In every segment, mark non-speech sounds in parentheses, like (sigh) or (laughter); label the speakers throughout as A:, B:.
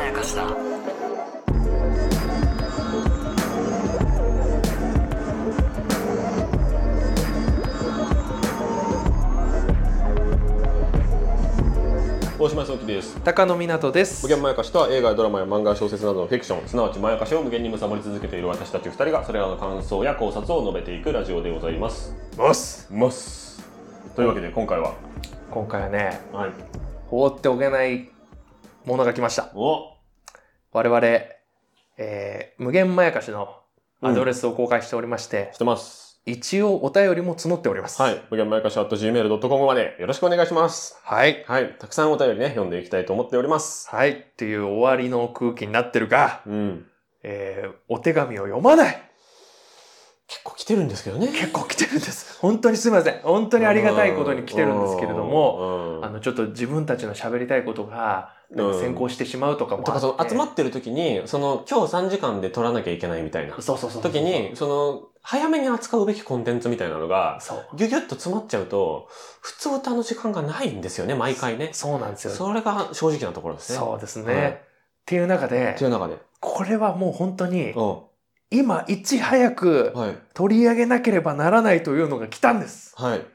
A: やかしだ
B: 大島聡樹です
C: 高野湊です
B: 無限まやかしとは映画やドラマや漫画や小説などのフィクションすなわちまやかしを無限に貪り続けている私たち2人がそれらの感想や考察を述べていくラジオでございます
C: ます
B: ますというわけで今回は
C: 今回はね
B: はい
C: 放っておけないものが来ました
B: お
C: 我々、えー無限まやかしのアドレスを公開しておりまして
B: し、てます
C: 一応お便りも募っております
B: はい無限まやかし at gmail.com までよろしくお願いします
C: はい
B: はいたくさんお便りね読んでいきたいと思っております
C: はいっていう終わりの空気になってるが、
B: うん
C: えーお手紙を読まない
B: 結構来てるんですけどね
C: 結構来てるんです本当にすいません本当にありがたいことに来てるんですけれど
B: も
C: もあのちょっと自分たちの喋りたいことがなんか先行してしまうとかもあ
B: とかその集ま
C: っ
B: ってる時にその今日3時間で撮らなきゃいけないみたいな
C: てそうそうそうそう
B: 時にその早めに扱うべきコンテンツみたいなのが
C: そう
B: ギュギュッと詰まっちゃうと普通歌の時間がないんですよね毎回ね
C: そうなんですよ
B: それが正直なところですね
C: そうですね。
B: はい
C: っていう中で
B: ってい、う中で
C: これはもう本当に、
B: う
C: 今いち早く
B: んはい
C: 取り上げなければならないというのが来たんです。
B: はい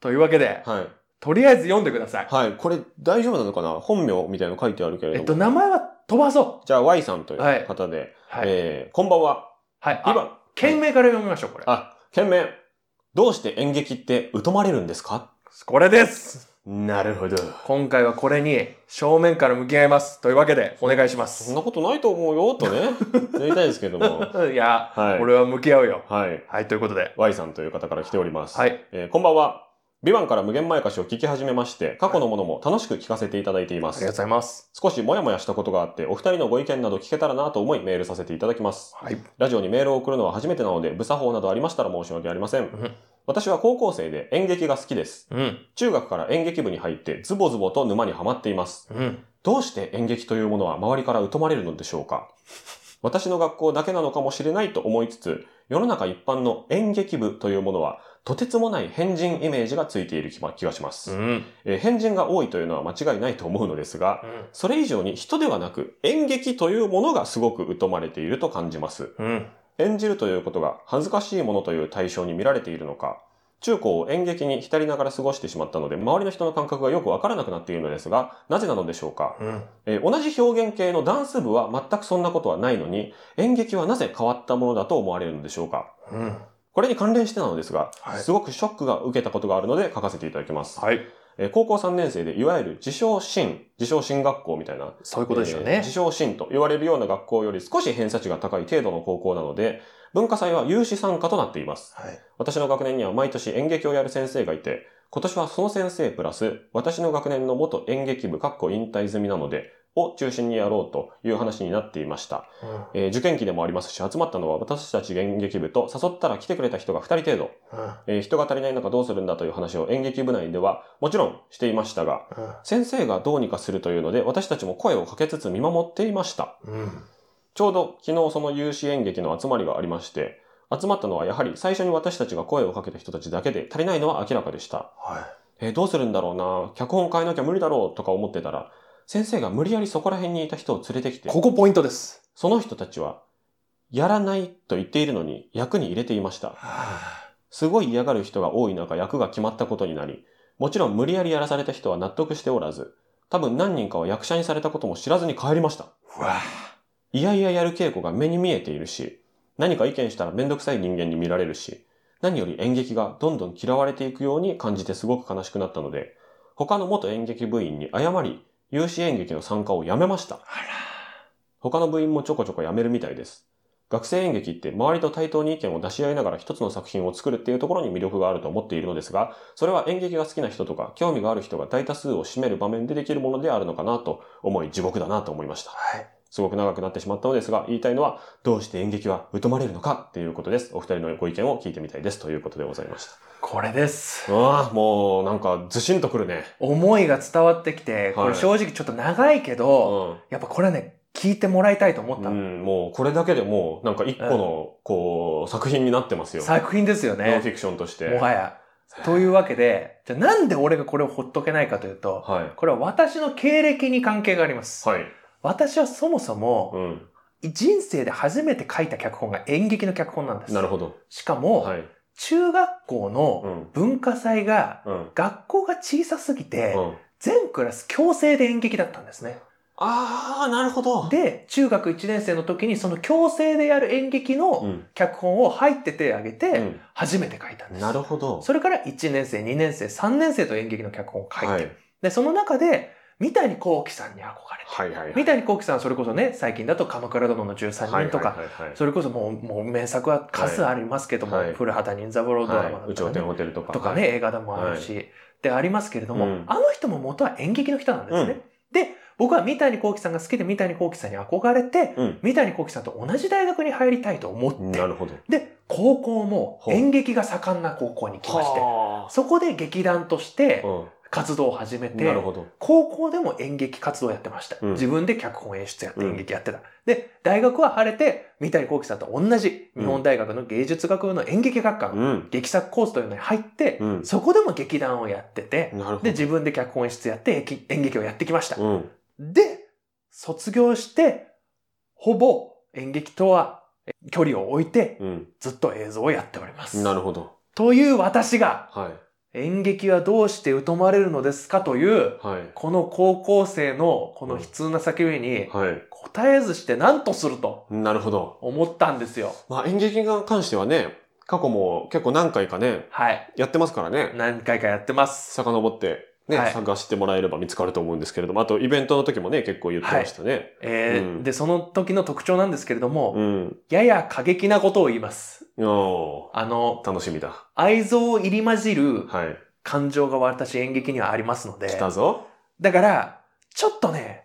C: というわけで、
B: はい
C: とりあえず読んでください。
B: はいこれ大丈夫なのかな本名みたいなの書いてあるけれど
C: えっ
B: も、
C: と、名前は飛ばそ
B: じゃあ Y さんという
C: はい
B: 方で、
C: う。はい。
B: えーこんばんは
C: はい。
B: 2
C: あ、
B: 番
C: 件名から読みましょう、これ。
B: あ件名どうして演劇って疎まれるんですか
C: これです。
B: なるほど
C: 今回はこれに正面から向き合います。というわけで、お願いしま
B: そん
C: す。
B: なことないと思うよと
C: (laughs)
B: ね言いたいですけども
C: いや、
B: はい
C: 俺は向き合うよ。
B: はい
C: はい、ということで。
B: Y さんという方から来ております。
C: はい。
B: えーこんばんは。ビバンから無限前歌詞を聞き始めまして、過去のものも楽しく聞かせていただいていま
C: ありがとうご
B: す。
C: ざいます。
B: 少しもやもやしたことがあって、お二人のご意見など聞けたらなと思いメールさせていただきます。
C: はい。
B: ラジオにメールを送るのは初めてなので、無作法などありましたら申し訳ありません
C: ん。
B: 私は高校生で演劇が好きです。
C: うん。
B: 中学から演劇部に入って、ズボズボと沼にはまっています。
C: うん。
B: どうして演劇というものは周りから疎まれるのでしょうか私の学校だけなのかもしれないと思いつつ、世の中一般の演劇部というものは、とてつもない変人イメージがついている気ま気がしま
C: う
B: す、
C: ん。
B: えー変人が多いというのは間違いないと思うのですが、それ以上に人ではなく演劇というものがすごく疎まれていると感じます。
C: うん。
B: 演じるということが恥ずかしいものという対象に見られているのか、中高を演劇に浸りながら過ごしてしまったので、周りの人の感覚がよくわからなくなっているのですが、なぜなのでしょうか
C: うん。
B: えー同じ表現系のダンス部は全くそんなことはないのに、演劇はなぜ変わったものだと思われるのでしょうか
C: うん。
B: これに関連してなのですが、
C: はい
B: すごくショックが受けたことがあるので書かせていただきます。
C: はい。
B: えー高校3年生でいわゆる自称新、自称新学校みたいな、
C: そういうことでしょう
B: えー
C: ね
B: 自。称新と言われるような学校より少し偏差値が高い程度の高校なので、文化祭は有志参加となっています。
C: はい。
B: 私の学年には毎年演劇をやる先生がいて、今年はその先生プラス、私の学年の元演劇部、かっこ引退済みなので、を中心にやろうという話になっていました。えー受験期でもありますし、集まったのは私たち演劇部と誘ったら来てくれた人が2人程度、
C: う
B: えー人が足りない中どうするんだという話を演劇部内ではもちろんしていましたが、
C: ん。うん。
B: 先生がどうにかするというので、私たちも声をかけつつ見守っていました。
C: うん。
B: ちょうど昨日その有志演劇の集まりがありまして、集まったのはやはり最初に私たちが声をかけた人たちだけで足りないのは明らかでした。
C: は
B: えーどうするんだろうな脚本変えなきゃ無理だろうとか思ってたら、先生が無理やりそこら辺にいた人を連れてきて、
C: ここポイントです。
B: その人たちは、やらないと言っているのに役に入れていました。すごい嫌がる人が多い中役が決まったことになり、もちろん無理やりやらされた人は納得しておらず、多分何人かは役者にされたことも知らずに帰りました。
C: うわ
B: いやいややる稽古が目に見えているし、何か意見したらめんどくさい人間に見られるし、何より演劇がどんどん嫌われていくように感じてすごく悲しくなったので、他の元演劇部員に謝り、有志演劇の参加をやめました。他の部員もちょこちょこやめるみたいです。学生演劇って周りと対等に意見を出し合いながら一つの作品を作るっていうところに魅力があると思っているのですが、それは演劇が好きな人とか興味がある人が大多数を占める場面でできるものであるのかなと思い地獄だなと思いました。
C: はい。
B: すごく長くなってしまったのですが、言いたいのは、どうして演劇は疎まれるのかっていうことです。お二人のご意見を聞いてみたいです。ということでございまし
C: これです。
B: た。ああ、もうなんかずしんとくるね。
C: 思いが伝わってきて、こ
B: は
C: れ
B: い
C: 正直ちょっと長いけど、
B: う
C: やっぱこれはね、聞いてもらいたいと思ったの。
B: ん。もうこれだけでもうなんか一個のこう作品になってますよ。
C: 作品ですよ
B: ノンフ
C: ね。
B: ィクションとして。
C: もはや。というわけで、じゃあなんで俺がこれをほっとけないかというと、
B: は
C: これは私の経歴に関係があります。
B: い。はい。
C: 私はそもそも、
B: うん。
C: 人生で初めて書いた脚本が演劇の脚本なんです。
B: なるほど。
C: しかも、
B: はい。
C: 中学校
B: う
C: の
B: ん。
C: 文化祭が、
B: うん。
C: 学校が小さすぎて、
B: うん
C: 全クラス強制で演劇だったんですね。
B: ああ、なるほど。
C: で、中学1年生の時にその強制でやる演劇
B: う
C: の
B: ん。
C: 脚本を入って手を挙げ
B: う
C: て、
B: ん
C: 初めて書いたんです。
B: なるほど。
C: それから1年生、2年生、3年生と演劇の脚本を書いて、
B: はい。
C: で、その中で、三谷幸喜さんに憧れて、
B: はいはいはい。
C: 三谷幸喜さんはそれこそね、最近だと鎌倉殿の13人とか、
B: はいはいはいはい
C: それこそもう、もう名作は数ありますけども、
B: はい
C: 古畑任三郎ドラマだ
B: はい。宇
C: とか
B: 宙
C: ね
B: 天ホテルとか。
C: とかね、映画でもあるし、でありますけれども、
B: うん
C: あの人も元は演劇の人なんですね。
B: うん
C: で、僕は三谷幸喜さんが好きで三谷幸喜さんに憧れて、
B: はい。
C: 三谷幸喜さんと同じ大学に入りたいと思
B: うん。
C: っ
B: な
C: て、
B: るほど。
C: で、高校も
B: ほう
C: 演劇が盛んな高校に来まして、
B: は
C: そこで劇団として
B: あ
C: 活動を始め
B: うん。な
C: て
B: る、ほど。
C: 高校でも演劇活動やってました。
B: うん
C: 自分で脚本演出やって
B: うん
C: 演劇やってた。で、大学は晴れて、三谷幸喜さんと同じ日本大学の芸術学部の演劇学科の
B: うん。
C: 劇作コースというのに入って、
B: うん。
C: そこでも劇団をやってて、
B: なるほど。
C: で、自分で脚本演出やって演演劇をやってきました。
B: うん。
C: で、卒業して、ほぼ演劇とはえ距離を置いて、
B: う
C: ずっと映像をやっております。
B: ん。なるほど。
C: という私が、
B: はい。
C: 演劇はどうして疎まれるのですかという、
B: はい。
C: この高校生のこの悲痛な叫びに、
B: はい。
C: 答えずして何とすると
B: なるほど。
C: 思ったんですよ。
B: まあ演劇に関してはね、過去も結構何回かね、
C: はい。
B: やってますからね。
C: 何回かやってます。
B: 遡って、ね、
C: はい
B: 探してもらえれば見つかると思うんですけれども、あとイベントの時もね、結構言ってましたね。
C: えー
B: うん
C: で、その時の特徴なんですけれども、
B: うん。
C: やや過激なことを言います。
B: お
C: あの
B: ー、楽しみだ。
C: 愛憎を入り混じる
B: はい。
C: 感情が私演劇にはありますので
B: 来、たぞ。
C: だから、ちょっとね、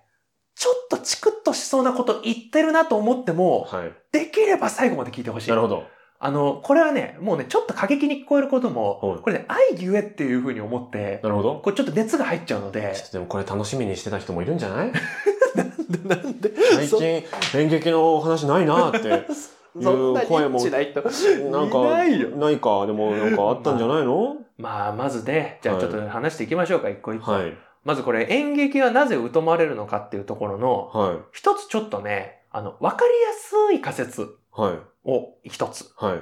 C: ちょっとチクッとしそうなこと言ってるなと思っても、
B: はい。
C: できれば最後まで聞いてほしい。
B: なるほど。
C: あの、これはね、もうね、ちょっと過激に聞こえること
B: はい
C: も、これね、愛ゆえっていうふうに思って、
B: なるほど。
C: これちょっと熱が入っちゃうので
B: (laughs) ちょ、っとでもこれ楽しみにしてた人もいるんじゃ
C: (laughs)
B: ない
C: なんで、
B: 最近演劇のお話ないなーって。
C: そんな
B: いう
C: に
B: 声も
C: しないと。
B: (laughs) なんか、
C: いないよ
B: ないか。でもなんかあったんじゃないの、
C: まあ、まずね、じゃあちょっと話していきましょうか、一個一個。
B: (laughs) はい。
C: まずこれ、演劇はなぜ疎まれるのかっていうところの、
B: は
C: 一つちょっとね、あの、わかりやすい仮説
B: い。はい。
C: を一つ。
B: はい。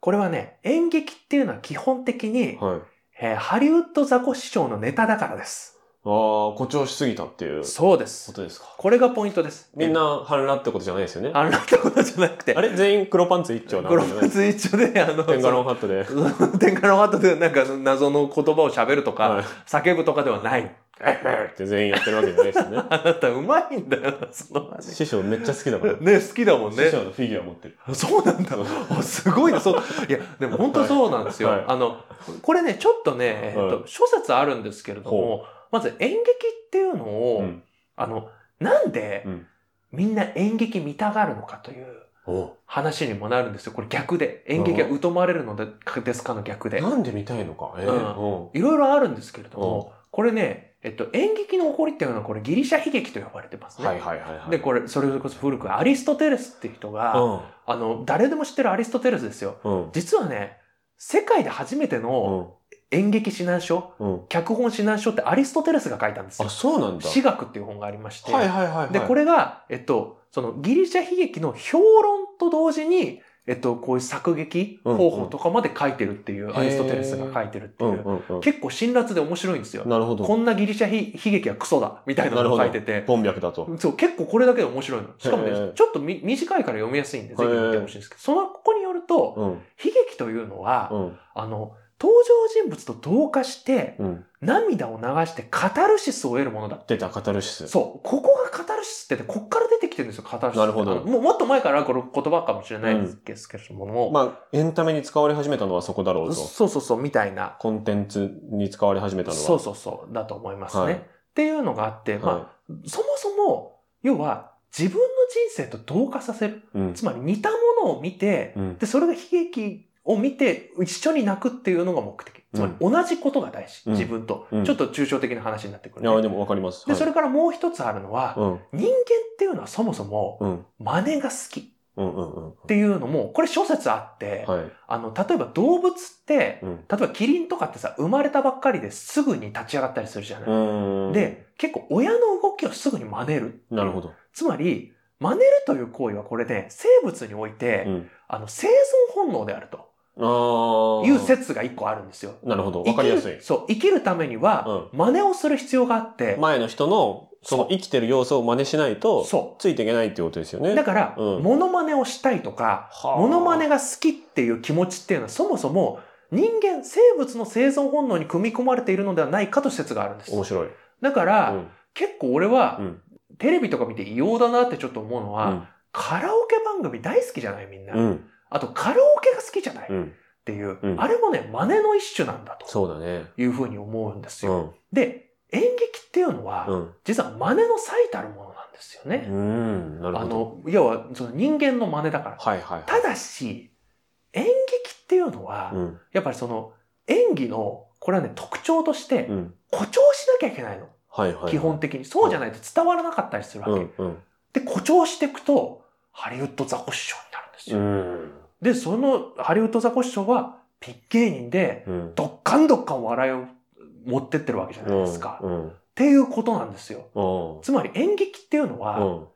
C: これはね、演劇っていうのは基本的に、
B: はい。
C: えーハリウッドザコシショウのネタだからです。
B: ああ、誇張しすぎたっていう
C: そうで
B: こ
C: す。
B: とですか。
C: これがポイントです。
B: みん、な反乱ってことじゃないですよね。
C: あんなってことじゃなくて、
B: あれ全員黒パンツ一丁な
C: グ
B: わ
C: ロ
B: けじゃない
C: ーズ一丁で、あの、
B: テンガロンハット (laughs) で。
C: その天下のハットでなんか謎の言葉を喋るとか、
B: はい。
C: 叫ぶとかではない。
B: って全員やってるわけじゃないですね。
C: あなたうまいんだよな、その
B: (laughs)
C: 話。
B: 師匠めっちゃ好きだ (laughs) から。
C: ね、好きだもんね
B: 師。匠のフィギュア持ってる。
C: そうなんだ。あ (laughs) すごいな、そう。いや、でも本当そうなんですよ。
B: はい
C: あの、これね、ちょっとね、えっと
B: はい
C: 諸説あるんですけれども、まず演劇っていうのを、
B: うん
C: あの、なんで
B: うん
C: みんな演劇見たがるのかという
B: (laughs) お
C: 話にもなるんですよ。これ逆で。演劇が疎まれるのでですかの逆で。
B: なんで見たいのか。えー
C: うん
B: うん
C: いろいろあるんですけれども、これね、えっと、演劇の起こりっていうのはこれギリシャ悲劇と呼ばれてますね。
B: はいはいはいはい。
C: で、これ、それこそ古くはアリストテレスっていう人が、あの、誰でも知ってるアリストテレスですよ。
B: うん。うん。
C: 実はね、世界で初めての演劇指南書、
B: うん。うん。
C: 脚本指南書ってアリストテレスが書いたんですよ
B: あ、。そうなんだ。
C: 私学っていう本がありまして、
B: はいはいはいはい。
C: で、こ
B: れ、
C: れが、えっと、そのギリシャ悲劇の評論と同時に、えっと、こういう作劇方法とかまで書いてるっていう、
B: んうん
C: アリストテレスが書いてるって
B: う
C: い
B: ん
C: う、
B: うんうん。
C: 結構辛辣で面白いんですよ。
B: なるほど。
C: こんなギリシャ悲悲劇はクソだ、みたいなのを書いてて、
B: 本脈だと。
C: そう、結構これだけで面白いの。しかも
B: へ
C: ね
B: ー、
C: ちょっとみ短いから読みやすいんで、ぜひ見てほしいんですけど、その、ここによると、
B: うん。
C: 悲劇というのは、
B: うん。
C: あの、登場人物と同化して、
B: うん。
C: 涙を流してカタルシスを得るものだ。
B: 出た、カタルシス。
C: そう、ここがカタルシスってね、こっから出てきてるんですよ、カタルシス
B: な
C: って。
B: るほど
C: あのもうもっと前からこの言葉かもしれないですけれども、
B: まあ、エンタメに使われ始めたのはそこだろうと。
C: そうそうそう、みたいな。
B: コンテンツに使われ始めたのは。
C: そうそうそう、だと思いますね。
B: はい
C: っていうのがあって、まあ、
B: は
C: そもそも、要は、自分の人生と同化させる。
B: い。うん。
C: つまり似たものを見て、
B: うん。
C: で、それが悲劇を見て、一緒に泣くっていうのが目的。つまり、同じことが大事。
B: うん
C: 自分と、
B: うん
C: ちょっと抽象的な話になってくる
B: い
C: ね、
B: や、でもわかります。
C: で、
B: はい
C: それからもう一つあるのは、
B: うん。
C: 人間っていうのはそもそも、
B: うん。
C: 真似が好き。
B: うんうんうん。
C: っていうのも、これ諸説あって、
B: はい。
C: あの、例えば動物って、
B: うん
C: 例えばキリンとかってさ、生まれたばっかりですぐに立ち上がったりするじゃ
B: う
C: ない。
B: ーん。、
C: で、結構親の動きをすぐに真似る。
B: なるほど。
C: つまり、真似るという行為はこれね、生物において、
B: うん。
C: あの、生存本能であると
B: ああ。
C: いう説が一個あるんですよ。
B: なるほど。
C: 生
B: わ
C: き
B: かり
C: る
B: やすい。
C: そう、生きるためには、真似をする必要があって、
B: 前の人の、その生きてる様子を真似しないと、
C: そ
B: ついていけないってことですよ
C: う。
B: ね。
C: だから、
B: うん
C: モノマネをしたいとか、モノマネが好きっていう気持ちっていうのはそもそも人間、生物の生存本能に組み込まれているのではないかという説があるんです。
B: 面白い。
C: だから、
B: うん
C: 結構俺は、
B: うん
C: テレビとか見て異様だなってちょっと思うのは、カラオケ番組大好きじゃないみんな、
B: うん。うん。
C: あとカラオケが好きじゃない、
B: う
C: っ
B: ん。
C: ていう、
B: うん
C: あれもね、真似の一種なんだと
B: そうだね。
C: いうふうに思うんです
B: う
C: よ。
B: ん。
C: で、演劇っていうのは、
B: うん。
C: 実は真似の最たるものなんですよ
B: う
C: ね。
B: ん。なる
C: あ
B: ほど。
C: の、要はその人間の真似だから。
B: はいはい
C: ただし、演劇っていうのは、
B: はい。うん。
C: やっぱりその演技の、これはね、特徴として
B: うん。
C: 誇張しなきゃいけないの。
B: はいはいはい。
C: 基本的に。そうじゃないと伝わらなかったりするわけ。
B: うん。うん。
C: で、誇張していくと、ハリウッドザコシショウになるんですよ。
B: うん。
C: で、そのハリウッドザコシショウは、ピッ芸人で、
B: うん。
C: どっかんどっかん笑いを持ってってるわけじゃないですか。っ
B: うん。うん。
C: ていうことなんですよ。
B: うん
C: つまり演劇っていうのは、
B: うん。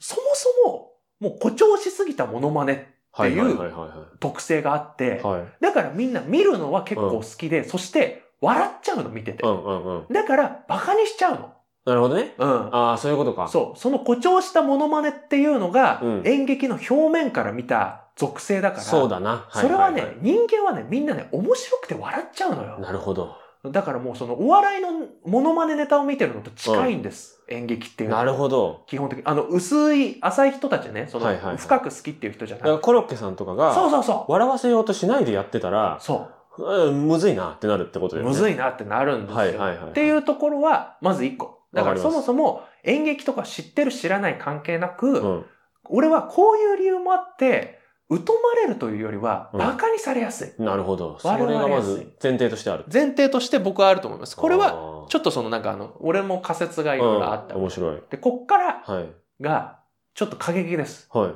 C: そもそも、もう誇張しすぎたモノマネ
B: はいいうはいはいは
C: 特性があって、
B: い。はい。
C: だからみんな見るのは結構好きで、そして笑っちゃうの見てて。
B: うんうんうん。
C: だからバカにしちゃう
B: なるほどね。
C: の。
B: ああ、そういうこと
C: う
B: か。
C: ん。そう。その誇張したモノマネっていうのが、
B: うん
C: 演劇の表面から見た属性だから。
B: そうだな。い
C: それはいね、人間はね、みんなね、面白くて笑っちゃうの
B: いな
C: よ。
B: るほど。
C: だからもうそのお笑いのモノマネネタを見てるのと近いんです。演劇っていうのは
B: なるほど。
C: 基本的に。あの、薄い、浅い人たちね、その、
B: はいはいはい
C: 深く好きっていう人じゃ
B: だ
C: な
B: か
C: い。
B: らコロッケさんとか
C: そう
B: が、
C: そうそ
B: 笑わせようとしないでやってた
C: う。
B: ら、
C: そう。
B: うんむずいなってなるってことだよね。
C: むず
B: い。
C: いなってなるんですよ。
B: はいはいはい。
C: っていうところは、まず一個。だか
B: わからり
C: そ
B: ます
C: もそも演劇とか知ってる知らない関係なく、
B: うん。
C: 俺はこういう理由もあって、疎まれるというよりは、
B: うん
C: 馬鹿にされやすい。
B: なるほど。そ
C: 我
B: れ
C: 々
B: がま
C: 安い
B: ず前提としてある。
C: 前提として僕はあると思います。これは、
B: は
C: ちょっとそのなんかあの、俺も仮説がいろいろあった。
B: 面白い。
C: で、こっから
B: はい。
C: が、ちょっと過激です。
B: はい。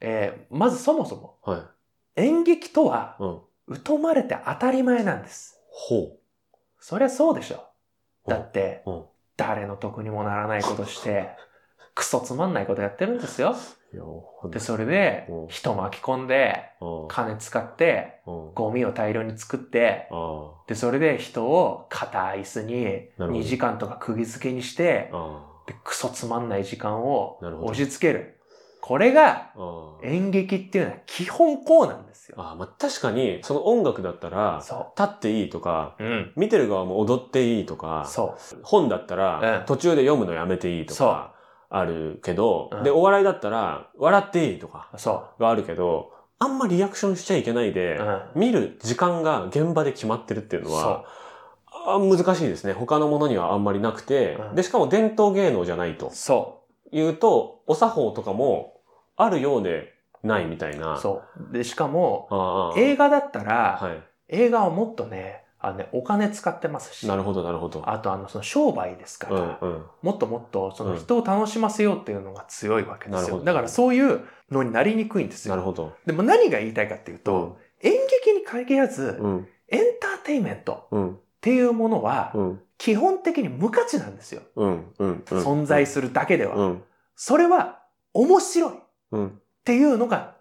C: えー、まずそもそも、
B: はい。
C: 演劇とは、
B: うん。
C: 疎まれて当たり前なんです。
B: ほ
C: そりゃそうでしょ。だって
B: うんうん、
C: 誰の得にもならないこ
B: (laughs)
C: として、クソつまんないことやってるんですよ。
B: う。いや、ほん
C: で、それで
B: うん、
C: 人巻き込んで、
B: と
C: 金使って、
B: うん。
C: ゴミを大量に作って、
B: あ
C: で、それで人を硬い椅子に
B: ほど
C: 2時間とか釘付けにして
B: あ。、あ
C: でクソつまんない時間を
B: なるほど
C: 押し付ける。これが
B: あ。あ
C: 演劇っていうのは基本こうなんですよ。
B: あ。あまあ、確かに、その音楽だったら、立
C: そ
B: っていいとか、
C: う。うん。
B: 見てる側も踊っていいとか、
C: そう。
B: 本だった
C: う
B: ら
C: ん
B: 途中で読むのやめていいと
C: そう
B: かあるけど、
C: うん
B: で、お笑いだったら笑っていいとか
C: そ。
B: があるけど、あんまリアクションしちゃいけないうで
C: う、ん。
B: 見る時間が現場で決まってるっていうの
C: そ
B: は、あ難しいですね。他のものにはあんまりなくて、
C: うん
B: で、しかも伝統芸能じゃないと
C: う。そう。
B: 言うと、お作法とかもあるようでないみたいな。
C: そう。で、しかも、
B: ああ
C: 映画だったら、
B: は
C: 映画はもっとね、あのね、お金使ってます
B: い。
C: し
B: な、るほど、なるほど。
C: あとあの、その商売ですか
B: う
C: ら、
B: ん、うん。
C: もっともっとそうの
B: ん
C: 人を楽しませようっていうのが強いわけで
B: な
C: す
B: る
C: よ。
B: ほど
C: だからそういうのになりにくいんです
B: なる
C: よ。
B: ほど。
C: でも何が言いたいかっていうと、演劇に限らず、
B: うん、
C: エンターテインメントっ
B: うん、
C: ていうものは、
B: うん、
C: 基本的に無価値なんですよ。
B: うん、うん。
C: 存在するだけでは。
B: うん、
C: それは面白いっ
B: うん。
C: ていうのが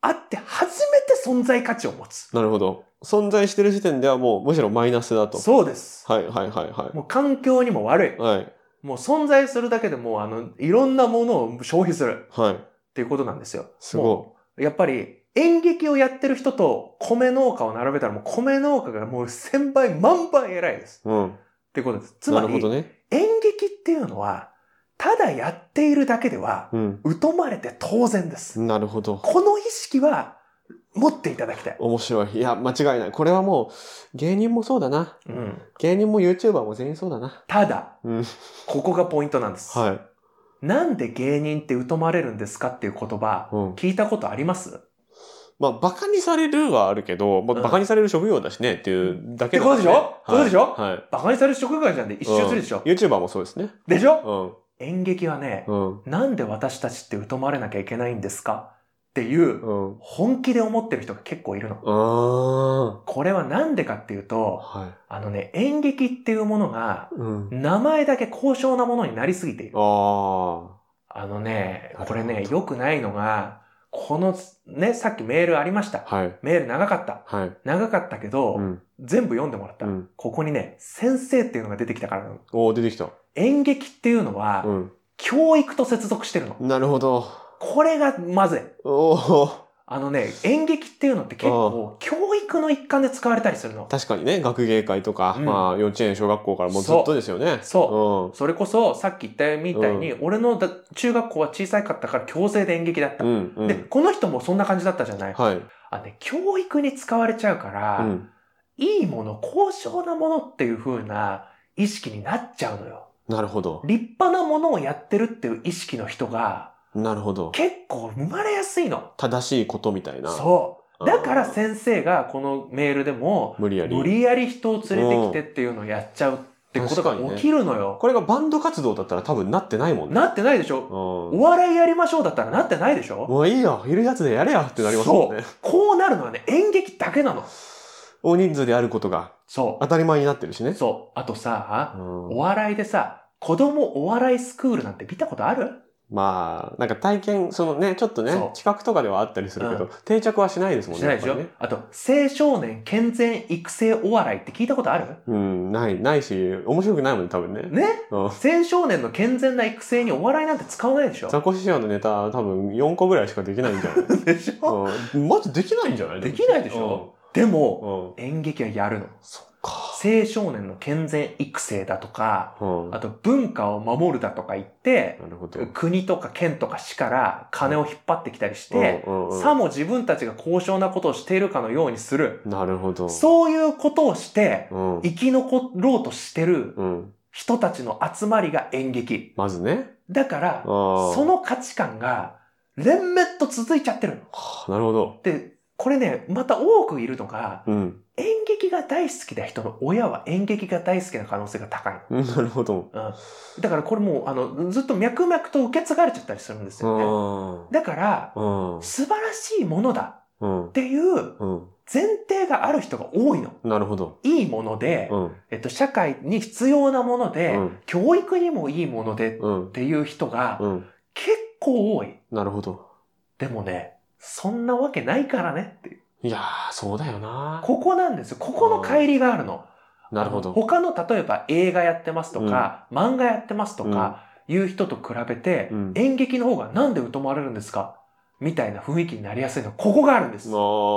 C: あって初めて存在価値を持つ。
B: なるほど。存在してる時点ではもうむしろマイナスだと。
C: そうです。
B: はいはいはいは
C: もう環境にも悪
B: い。はい。
C: い。もう存在するだけでもうあの、いろんなものを消費する
B: はい。
C: っていうことなんですよ。
B: すご
C: もうやっぱり演劇をやってる人と米農家を並べたらもう米農家がもう1000倍、万倍偉いです。
B: い。うん。
C: っていうことです。つ
B: な
C: ま
B: る
C: り、
B: ほどね。
C: 演劇っていうのは、ただやっているだけでは、
B: うん。
C: 疎まれて当然です。
B: なるほど。
C: この意識は持っていただきたい。
B: 面白い。いや、間違いない。これはもう、芸人もそうだな。
C: うん。
B: 芸人も YouTuber も全員そうだな。
C: ただ、
B: うん。
C: ここがポイントなんです。
B: はい。
C: なんで芸人って疎まれるんですかっていう言葉、
B: うん。
C: 聞いたことあります
B: まあ、馬鹿にされるはあるけど、まあ、
C: うん
B: 馬鹿にされる職業だしねっていうだけ
C: ってことでしょ
B: はい
C: ことでしょ
B: はい。
C: バカにされる職業じゃんで一周するでしょ、
B: うん YouTuber もそうですね。
C: でしょ
B: うん。
C: 演劇はね
B: う、ん。
C: なんで私たちって疎まれなきゃいけないんですかっっていう、
B: うん。う
C: 本気で思ってる人が結構いるの。
B: ーん。
C: これはなんでかっていうと、
B: はい。
C: あのね、演劇っていうものが、
B: うん。
C: 名前だけ高尚なものになりすぎている。
B: あ
C: あのね、これ
B: なる
C: ね
B: ほ、ど
C: 良くないのが、この、ね、さっきメールありました。
B: あ。はい。
C: メール長かった。
B: はい。
C: 長かったけど、
B: うん。
C: 全部読んでもらった、
B: うん。
C: ここにね、先生っていうのが出てきたからなの
B: おー出てきた。
C: 演劇っていうのは、
B: うん。
C: 教育と接続してるの。
B: なるほど。
C: これがまずい。
B: おお。
C: あのね、演劇っていうのって結構、教育の一環で使われたりするの。
B: 確かにね、学芸会とか、
C: うん
B: まあ、幼稚園、小学校からもうずっとですよね。。
C: そうそれこそ、さっき言ったみたいに、俺のだ中学校は小さかったから強制で演劇だった。
B: うん。うん。う
C: で、
B: ん。
C: この人もそんな感じだったじゃない、
B: はい。
C: あのね、教育に使われちゃうから、
B: うん。
C: いいもの、高尚なものっていう風な意識になっちゃうのよ。
B: なるほど。
C: 立派なものをやってるっていう意識の人が
B: なるほど。
C: 結構生まれやすいの。
B: 正しいことみたいな。
C: そ
B: あー
C: う。だから先生がこのメールでも
B: 無理やり。
C: 無理やり人を連れてきてっていうのをやっちゃうってことが起きるのよ。
B: これがバンド活動だったら多分なってないもんね。
C: なってないでし
B: うん
C: ょ。お笑いやりましょうだったらなってないでしょ
B: もういいよ、いるやつでやれよってなりますもんね。
C: こうなるのはね、演劇だけなの。
B: 大人数であることが
C: そ
B: 当たり前になってるしね
C: う。。そう。あとさ、
B: うん
C: お笑いでさ、子供お笑いスクールなんて見たことある
B: まあ、なんか体験、そのね、ちょっとね
C: そう、
B: 企画とかではあったりするけど、
C: う
B: 定着はしないですもん
C: し
B: ね。
C: ないでし
B: や
C: ょ、
B: っぱりね
C: あと、青少年健全育成お笑いって聞いたことある
B: うん、ない、ないし、面白くないもんね、多分ね。
C: ね
B: うん
C: 青少年の健全な育成にお笑いなんて使わないでしょ
B: ザコシショウのネタ、多分4個ぐらいしか (laughs) できないんじゃない
C: (laughs) でしょ
B: うん。まずできないんじゃない
C: できないでしょで
B: う
C: も、
B: ん。うん
C: 演劇はやるの。
B: そっか。
C: 青少年の健全育成だとか、
B: うん。
C: あと文化を守るだとか言って、
B: なるほど。
C: 国とか県とか市から金を引っ張ってきたりして、
B: うんうんうん
C: さも自分たちが高尚なことをしているかのようにする。
B: なるほど。
C: そういうことをして、
B: うん。
C: 生き残ろうとしてる
B: うん。
C: 人たちの集まりが演劇。
B: まずね。
C: だから、
B: ああ
C: その価値観が連綿と続いちゃってるの。
B: はあなるほど。
C: で、これね、また多くいるのが、
B: うん。
C: 演劇が大好きな人の親は演劇が大好きな可能性が高い
B: うんなるほど。
C: の。うん。だからこれもう、あの、ずっと脈々と受け継がれちゃったりするんです
B: う
C: よ
B: ん。
C: ね。だから、
B: うん。
C: 素晴らしいものだ
B: うん
C: っ。ていう
B: うん。
C: 前提がある人が多いの。
B: なるほど。
C: いいもので
B: う、ん。
C: えっと、社会に必要なもの
B: う
C: で、
B: ん。
C: 教育にもいいものでっ
B: うん。
C: ていう人が
B: うん。
C: 結構多い。
B: なるほど。
C: でもね、そんなわけないからねっていう。
B: いやー、そうだよな。
C: ここなんですよ。ここの乖離があるの。
B: なるほど。
C: 他の、例えば映画やってますとか、漫画やってますとか、いう人と比べて、
B: うん
C: 演劇の方がなんで疎まれるんですかみたいな雰囲気になりやすいの。ここがあるんです。
B: あ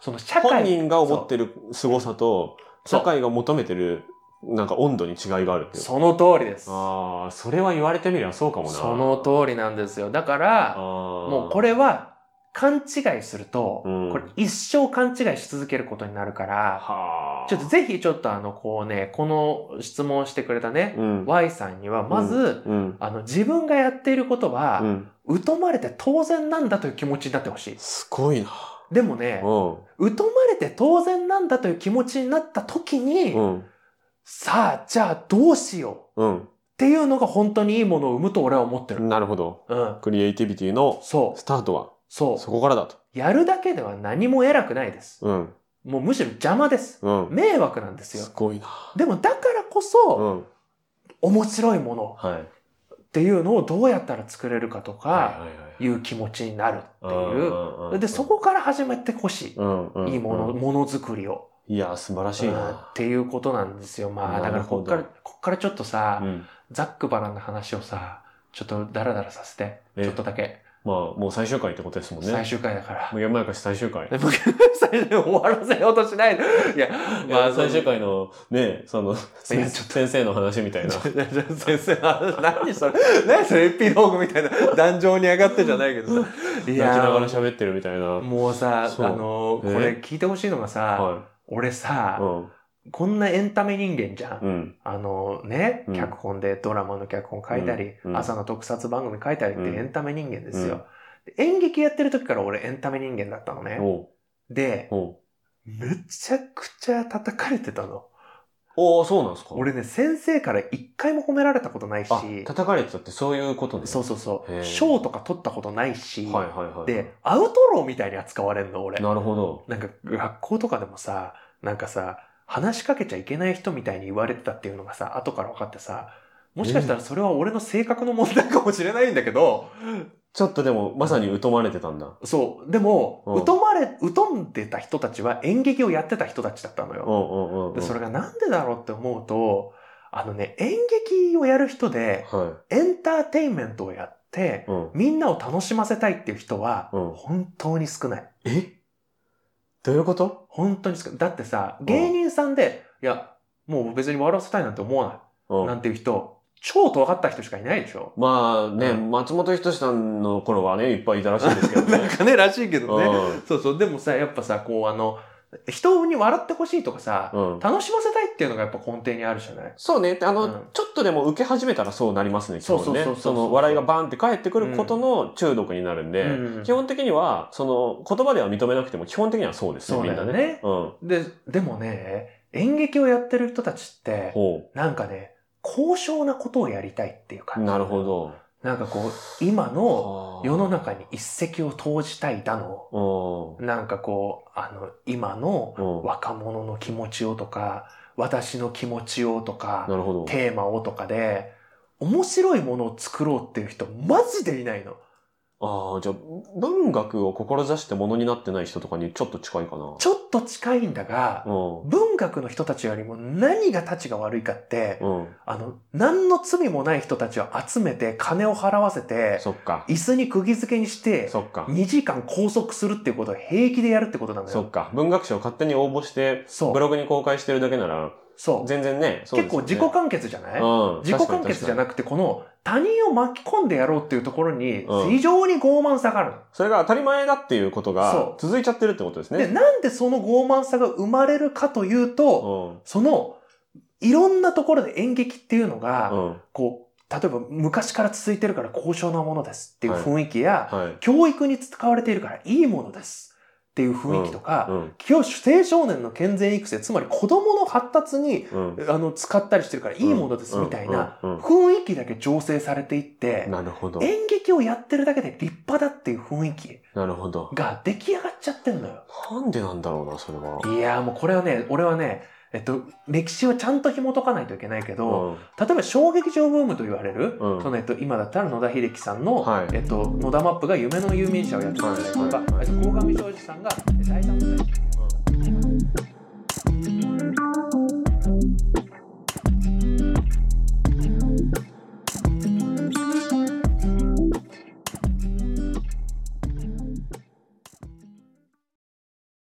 C: そ
B: ー
C: の社
B: 本
C: 会、
B: 人が思ってる凄さと、
C: そう
B: 社会が求めてる、なんか温度に違いがあるっていう。
C: その通りです。そ
B: ああ、それは言われてみればそうかもな。
C: の通りなんですよ。だから、も
B: も
C: うこれは勘違いすると、
B: うん
C: これ一生勘違いし続けることになるから、
B: はあ。
C: ちょっと、ぜひちょっとあの、こうね、この質問をしてくれたね、
B: うん。
C: Y さんには、まず、
B: うん。
C: あの、自分がやっていることは、
B: うん。
C: 疎まれて当然なんだという気持ちになってほしい。
B: すごいな。
C: でもね、
B: う
C: 疎まれて当然なんだという気持ちになった時に、
B: ん。うん。
C: さあ、じゃあどうしようっ
B: うん。
C: ていうのが本当にいいものを生むと俺は思ってる。
B: なるほど。
C: うん。
B: クリエイティビティの
C: そう、
B: スタートは、
C: そ
B: そこからだと。
C: う。やるだけでは何も偉くないです。
B: うん。
C: もうむしろ邪魔です。
B: うん。
C: 迷惑なんですよ
B: す。ごいな。
C: でもだからこ
B: う
C: そ、
B: ん。
C: 面白いもの
B: はい。
C: っていうのをどうやったら作れるかとか、
B: はいはい
C: いう気持ちになるっていう。
B: はいうん
C: で、そ、こから始めてほしい。
B: うんうんうん、
C: いいもの、ものづくりを。
B: いや、素晴らしい
C: うん
B: な
C: っ。ていうことなんですよ。まあ、
B: な
C: だか
B: る
C: らこ
B: ほ
C: っ
B: ど
C: から、こっからちょっとさ、
B: うん
C: ザックバランの話をさ、ちょっとダラダラさせて、
B: え
C: ちょっとだけ、
B: まあ、もう最終回ってことですもんね。
C: 最終回だから。
B: もう山やかし最終回。
C: (laughs) でもそれで終わらせようとしないで。いや、
B: ま
C: ま
B: あ、
C: あ、
B: 最終
C: 回。
B: 回のね、その、
C: い
B: 先
C: やちょっと
B: 先生の話みたいな。
C: 先生の話、何それ、 (laughs) 何それエピローグみたいな、壇上に上がってじゃないけどさ。い
B: 泣きながら
C: や、
B: 喋ってるみたいな。は
C: もうさ、あ
B: そう
C: の、こ
B: え
C: れ聞いてほしいのがさ、
B: い。
C: 俺
B: う
C: さ、
B: ん。
C: こんなエンタメ人間じゃん。
B: うん。
C: あのね、
B: うん
C: 脚本でドラマの脚本書いたり、
B: うんうん
C: 朝の特撮番組書いたりって
B: うん
C: エンタメ人間です
B: うん
C: よ。で演劇やってる時から俺エンタメ人間だったのね。
B: おう
C: で、
B: おう
C: めちゃくちゃ叩かれてたの。
B: おお、そうなんですか。
C: 俺ね、先生から一回も褒められたことないし、
B: あ、叩かれてたってそういうことね。
C: そう
B: そ
C: そうそう
B: へ、ー
C: 賞とか取ったことないし、
B: はいはいはい。
C: で、、アウトローみたいに扱われんの、俺。
B: なるほど。
C: なんか学校とかでもさ、なんかさ、話しかけちゃいけない人みたいに言われてたっていうのがさ、後から分かってさ、もしかしたらそれは俺の性格の問題かもしれないんだけど、
B: ちょっとでも、まさに疎まれてたんだ。
C: そう、でも、
B: うん
C: 疎まれ、疎んでた人たちは演劇をやってた人たちだったの
B: う
C: よ。
B: んうんうん、うん。
C: で、それがなんでだろうって思うと、あのね、演劇をやる人で、
B: は
C: エンターテインメントをやって
B: い。、うん。
C: みんなを楽しませたいっていう人は、
B: うん
C: 本当に少ない。
B: えどういうこと
C: 本当に少ないだってさ、
B: ん
C: 芸人さんで、いや、もう別に笑わせたいなんて思わ
B: う
C: ない。なんていう人、超尖った人しかいないでしょ。
B: まあね、
C: うん
B: 松本人志さんの頃はね、いっぱいいたらしいですけどね。
C: なんかね、らしいけどね。
B: う
C: (laughs) そうそう、でもさ、やっぱさ、こうあの、人に笑ってほしいとかさ、
B: んうん
C: 楽しませたいっていうのがやっぱ根底にあるじゃない
B: そうね、あの、
C: うん
B: ちょっとでも受け始めたらそうなりますね、基本
C: そうそうそう
B: ね。
C: そ
B: そ
C: う
B: の笑いがバーンって返ってくることの中毒になるんで、
C: うん
B: 基本的には、その、言葉では認めなくても基本的にはそうですね、
C: そう
B: み
C: だ
B: んな
C: よね
B: ね。うん。
C: で、でもね、演劇をやってる人たちって、
B: ほ
C: なんかね、高尚なことをやりたいっていう
B: う。
C: 感じ。
B: なるほど。
C: なんかこう、今の世の中
B: に。
C: に一石を投じたいだの、
B: う
C: なんかこう、あの、今の
B: ん。うん。
C: 若者の気持ちをとか、私の気持ちをと
B: な
C: か、
B: るほど。
C: テーマをとかで、面白いものを作ろうっていう人、マジでいないの。
B: ああ、じゃあ、文学を志してものになってない人とかにちょっと近いかな。
C: ちょっと近いんだが、
B: う
C: 文学の人たちよりも何がたちが悪いかって、
B: ん。うん。
C: あの、何の罪もない人たちを集めて、金を払わせて、
B: そっか。
C: 椅子に釘付けにして、
B: そっか。
C: 2時間拘束するっていうことを平気でやるってことなんだ
B: そ
C: よ
B: っ。か。文学賞勝手に応募して、
C: そ
B: ブ
C: う。
B: ログに公開してるだけなら、
C: そう。
B: 全然ね、そう
C: 結
B: ですよ
C: 構
B: ね
C: 自己完結じゃない
B: うん。
C: 自己完結じゃ
B: い。確かに確かに
C: なくて、この他人を巻き込んでやろうっていうところに
B: うん
C: 非常に傲慢さがある。
B: それが当たり前だっていうことが
C: そ
B: 続いちゃってるってことです
C: で、
B: ね。
C: なんでその傲慢さが生まれるかとい
B: う
C: うと、
B: ん。
C: そのいろんなところで演劇っていうの
B: う
C: が、
B: ん。
C: こう、例えば昔から続いてるから高尚なものですっていう雰囲気や、
B: はい。
C: 教育に使われているからいいものですっていう雰囲気と
B: う
C: か、
B: ん。
C: 今日青少年の健全育成、つまり子供の発達に
B: うん。
C: あの使ったりしてるからいいものですみたいな
B: うん。うん
C: 雰囲気だけ醸成されていって
B: うん、なるほど。
C: 演劇をやってるだけで立派だっていう雰囲気
B: なるほど。
C: が出来上がっちゃってんのよ。
B: なんでなんだろうな、それは。
C: いやーもうこれはね、俺はね、えっと、歴史をちゃんと紐解かないといけないけど、例えば小劇場ブームと言われる、
B: うん
C: そのえっと、今だったら野田秀樹さんの、
B: はい
C: えっと、野田マップが夢の遊民者をやってたりとか、
B: はいはいはい
C: えっと、鴻上庄司さんがえっと第三世代
B: うん。